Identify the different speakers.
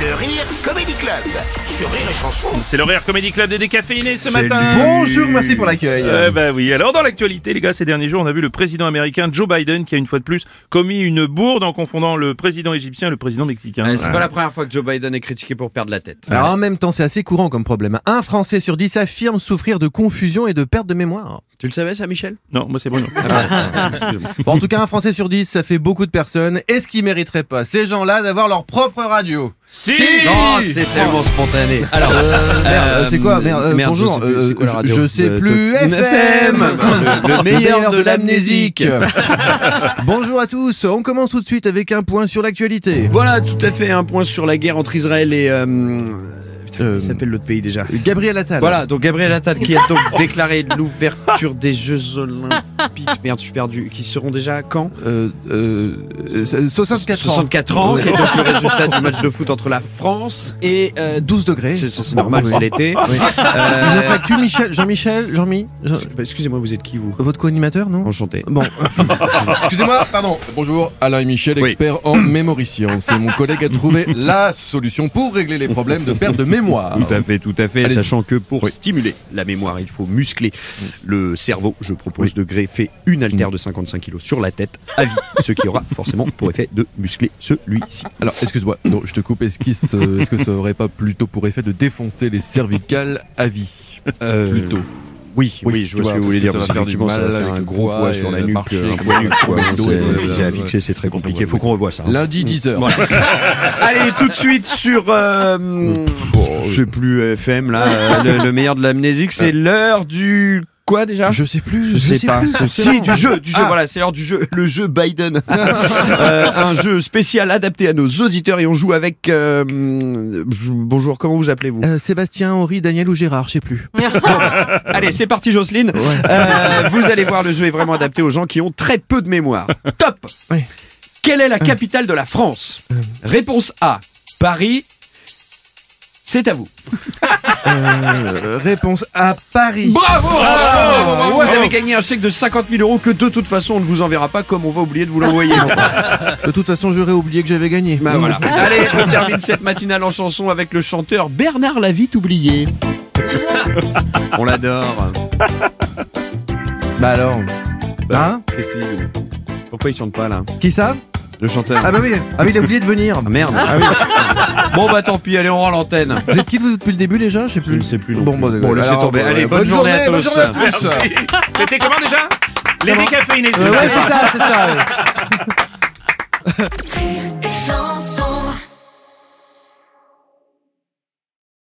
Speaker 1: Le Rire Comedy Club sur Rire et Chanson.
Speaker 2: C'est l'horaire Comédie Club des décaféinés ce matin.
Speaker 3: Bonjour, merci pour l'accueil.
Speaker 2: Euh, bah oui, alors dans l'actualité, les gars, ces derniers jours, on a vu le président américain Joe Biden qui a une fois de plus commis une bourde en confondant le président égyptien et le président mexicain.
Speaker 4: Ouais, Euh, Hein, c'est
Speaker 2: Ah.
Speaker 4: pas la première fois que Joe Biden est critiqué pour perdre la tête.
Speaker 3: Alors en même temps, c'est assez courant comme problème. Un Français sur dix affirme souffrir de confusion et de perte de mémoire.
Speaker 4: Tu le savais ça, Michel
Speaker 2: Non, moi c'est Bruno.
Speaker 4: Ah bah.
Speaker 2: Ah bah.
Speaker 3: Bon, en tout cas, un Français sur dix, ça fait beaucoup de personnes. Est-ce qu'ils mériteraient pas, ces gens-là, d'avoir leur propre radio Oh,
Speaker 2: si
Speaker 4: Non, c'est tellement spontané. Alors,
Speaker 3: Merde, euh, c'est quoi Merde, euh,
Speaker 4: je
Speaker 3: bonjour,
Speaker 4: sais plus,
Speaker 3: euh,
Speaker 4: c'est quoi la
Speaker 3: je-
Speaker 4: radio
Speaker 3: je sais
Speaker 4: Euh,
Speaker 3: plus,
Speaker 4: Totem
Speaker 3: FM.
Speaker 4: Le- Le meilleur de l'amnésique
Speaker 3: Bonjour à tous, on commence tout de suite avec un point sur l'actualité.
Speaker 4: Voilà, tout à fait, un point sur la guerre entre Israël et... euh, putain, comment
Speaker 3: Euh,
Speaker 4: il s'appelle l'autre pays déjà
Speaker 3: Gabriel Attal.
Speaker 4: Voilà, donc Gabriel Attal qui a donc déclaré l'ouverture des Jeux Olympiques, merde, je suis perdu, qui seront déjà quand
Speaker 3: Euh, euh, euh, 64
Speaker 4: 64
Speaker 3: ans.
Speaker 4: ans, qui est donc le résultat du match de foot entre la France et... euh,
Speaker 3: 12 degrés.
Speaker 4: c'est c'est normal, c'est l'été. Euh,
Speaker 3: Une autre actu, Michel, Jean-Michel, Jean-Mi, Jean-
Speaker 4: Bah, Excusez-moi, vous êtes qui vous
Speaker 3: votre co-animateur, non
Speaker 4: Enchanté.
Speaker 3: Bon,
Speaker 5: Excusez-moi, Ah, pardon. Bonjour, Alain et Michel,
Speaker 2: Oui.
Speaker 5: expert en memory science. Et mon collègue a trouvé la solution pour régler les problèmes de perte de mémoire.
Speaker 4: Tout à fait, tout à fait.
Speaker 5: Allez-y.
Speaker 4: Ah, Sachant que pour
Speaker 5: Oui.
Speaker 4: stimuler la mémoire, il faut muscler le cerveau. Je propose de greffer une haltère
Speaker 5: Mm.
Speaker 4: de 55 kg sur la tête à vie, ce qui aura forcément pour effet de muscler celui-ci.
Speaker 5: Alors, excuse-moi, non, je te coupe. Est-ce qu'il se- est-ce que ça aurait pas plutôt pour effet de défoncer les cervicales à vie Plutôt.
Speaker 4: Euh, Oui, oui,
Speaker 5: oui,
Speaker 4: je vois
Speaker 5: tu
Speaker 4: ce que
Speaker 5: vois,
Speaker 4: vous voulez
Speaker 5: parce
Speaker 4: dire.
Speaker 5: que
Speaker 4: Parce
Speaker 5: ça va faire du
Speaker 4: qu'effectivement, ça va
Speaker 5: mal
Speaker 4: faire un
Speaker 5: avec le
Speaker 4: gros
Speaker 5: poids
Speaker 4: poids
Speaker 5: et
Speaker 4: sur la
Speaker 5: le
Speaker 4: nuque, euh,
Speaker 5: marché,
Speaker 4: un
Speaker 5: quoi,
Speaker 4: poids nuque,
Speaker 5: le
Speaker 4: quoi.
Speaker 5: dos,
Speaker 4: C'est-
Speaker 5: euh,
Speaker 4: C'est à
Speaker 5: euh,
Speaker 4: fixer, c'est très
Speaker 5: c'est
Speaker 4: compliqué.
Speaker 5: compliqué.
Speaker 4: faut qu'on revoie ça. hein.
Speaker 5: Lundi 10h.
Speaker 4: Allez, tout de suite sur. euh, c'est plus FM là. euh, le, le meilleur de l'amnésique, c'est l'heure du. Quoi déjà
Speaker 3: je sais plus,
Speaker 4: Je sais pas.
Speaker 3: plus, je sais
Speaker 4: Si,
Speaker 3: pas.
Speaker 4: du jeu, du jeu,
Speaker 3: Ah.
Speaker 4: voilà, c'est l'heure du jeu, le jeu Biden. Euh, un jeu spécial adapté à nos auditeurs et on joue avec. euh, je- bonjour, comment vous appelez-vous
Speaker 3: Euh, Sébastien, Henri, Daniel ou Gérard, je sais plus.
Speaker 4: Allez, c'est parti, Jocelyne. Euh, vous allez voir, le jeu est vraiment adapté aux gens qui ont très peu de mémoire. Top
Speaker 3: Ouais.
Speaker 4: Quelle est la capitale de la France Réponse A Paris. C'est à vous.
Speaker 3: Euh, réponse à Paris.
Speaker 4: Oh, Bravo, Vous avez gagné un chèque de 50 000 euros que de toute façon on ne vous enverra pas comme on va oublier de vous l'envoyer.
Speaker 3: De toute façon, j'aurais oublié que j'avais gagné.
Speaker 4: Bah voilà. Allez, on termine cette matinale en chanson avec le chanteur Bernard Lavitte oublié. On l'adore.
Speaker 3: Bah alors. Hein
Speaker 4: Pourquoi il chante pas là
Speaker 3: Qui ça
Speaker 4: Le chanteur.
Speaker 3: Ah bah oui, ah oui, il a oublié de venir.
Speaker 4: Ah, merde. Bon bah tant pis, allez on rend l'antenne.
Speaker 3: Vous êtes qui vous depuis le début déjà Je sais plus.
Speaker 4: sais plus.
Speaker 3: Bon, bah,
Speaker 4: bon laissez
Speaker 3: alors,
Speaker 4: tomber.
Speaker 3: bah,
Speaker 4: Allez, bonne,
Speaker 3: bonne
Speaker 4: journée, à tous.
Speaker 3: journée, bonne journée à tous.
Speaker 2: Merci. C'était comment déjà Les décaféinés.
Speaker 3: Euh, ouais, c'est ça, c'est ça. ouais.
Speaker 6: Rire et chanson